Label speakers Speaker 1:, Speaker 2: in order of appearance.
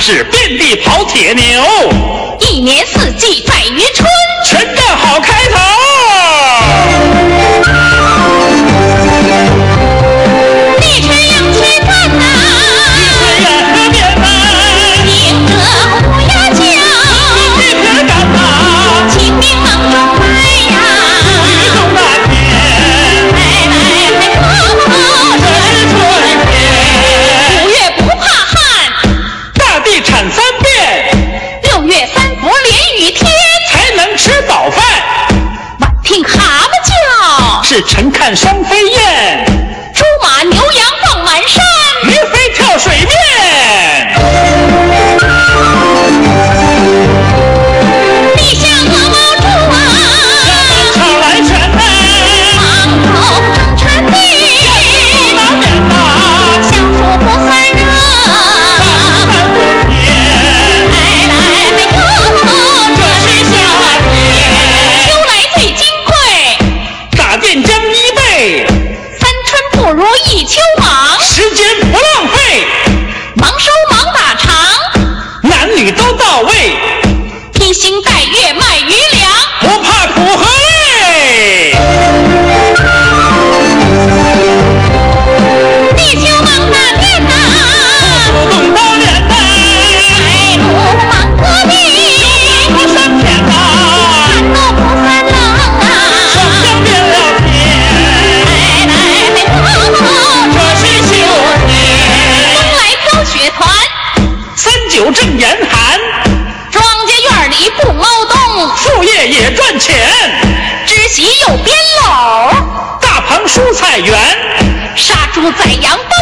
Speaker 1: 是遍地跑铁牛，
Speaker 2: 一年四季在渔村，
Speaker 1: 全干好开头。
Speaker 2: 绿春阳春饭呐，
Speaker 1: 一人两个面呐，
Speaker 2: 迎着乌鸦叫，
Speaker 1: 一人干呐，
Speaker 2: 清明忙中来
Speaker 1: 雨
Speaker 2: 呀，
Speaker 1: 中那天，
Speaker 2: 来来来，泡泡
Speaker 1: 是
Speaker 2: 春，
Speaker 1: 春天。
Speaker 2: 五月不怕旱，
Speaker 1: 大地产三变，
Speaker 2: 六月三伏连雨天，
Speaker 1: 才能吃饱饭。
Speaker 2: 晚听蛤蟆叫，
Speaker 1: 是晨看双飞燕，
Speaker 2: 猪马牛羊放满山，
Speaker 1: 鱼飞跳水面。
Speaker 2: 地下鹅毛猪啊，
Speaker 1: 草来全呐，
Speaker 2: 忙头争产地。
Speaker 1: 当年呐，
Speaker 2: 相处不散热，
Speaker 1: 三伏天，
Speaker 2: 来来来哟，这是夏天，秋来最金匮，
Speaker 1: 打遍将衣被，
Speaker 2: 三春不如一秋忙，
Speaker 1: 时间不浪费，
Speaker 2: 忙收忙打长，
Speaker 1: 男女都到位，
Speaker 2: 披星戴月卖余粮，
Speaker 1: 不怕苦和累。
Speaker 2: 地球忙大天呐，
Speaker 1: 不动刀镰呐，
Speaker 2: 白鹭忙革命，
Speaker 1: 不上天呐，
Speaker 2: 三冬不三冷啊，
Speaker 1: 江变了天，
Speaker 2: 来来来哟，
Speaker 1: 这是秋天。
Speaker 2: 风来飘雪团。
Speaker 1: 三九正严寒，
Speaker 2: 庄稼院里不猫冬，
Speaker 1: 副业也赚钱，
Speaker 2: 织席又编篓，
Speaker 1: 大棚蔬菜园。
Speaker 2: 杀猪宰羊都啊啊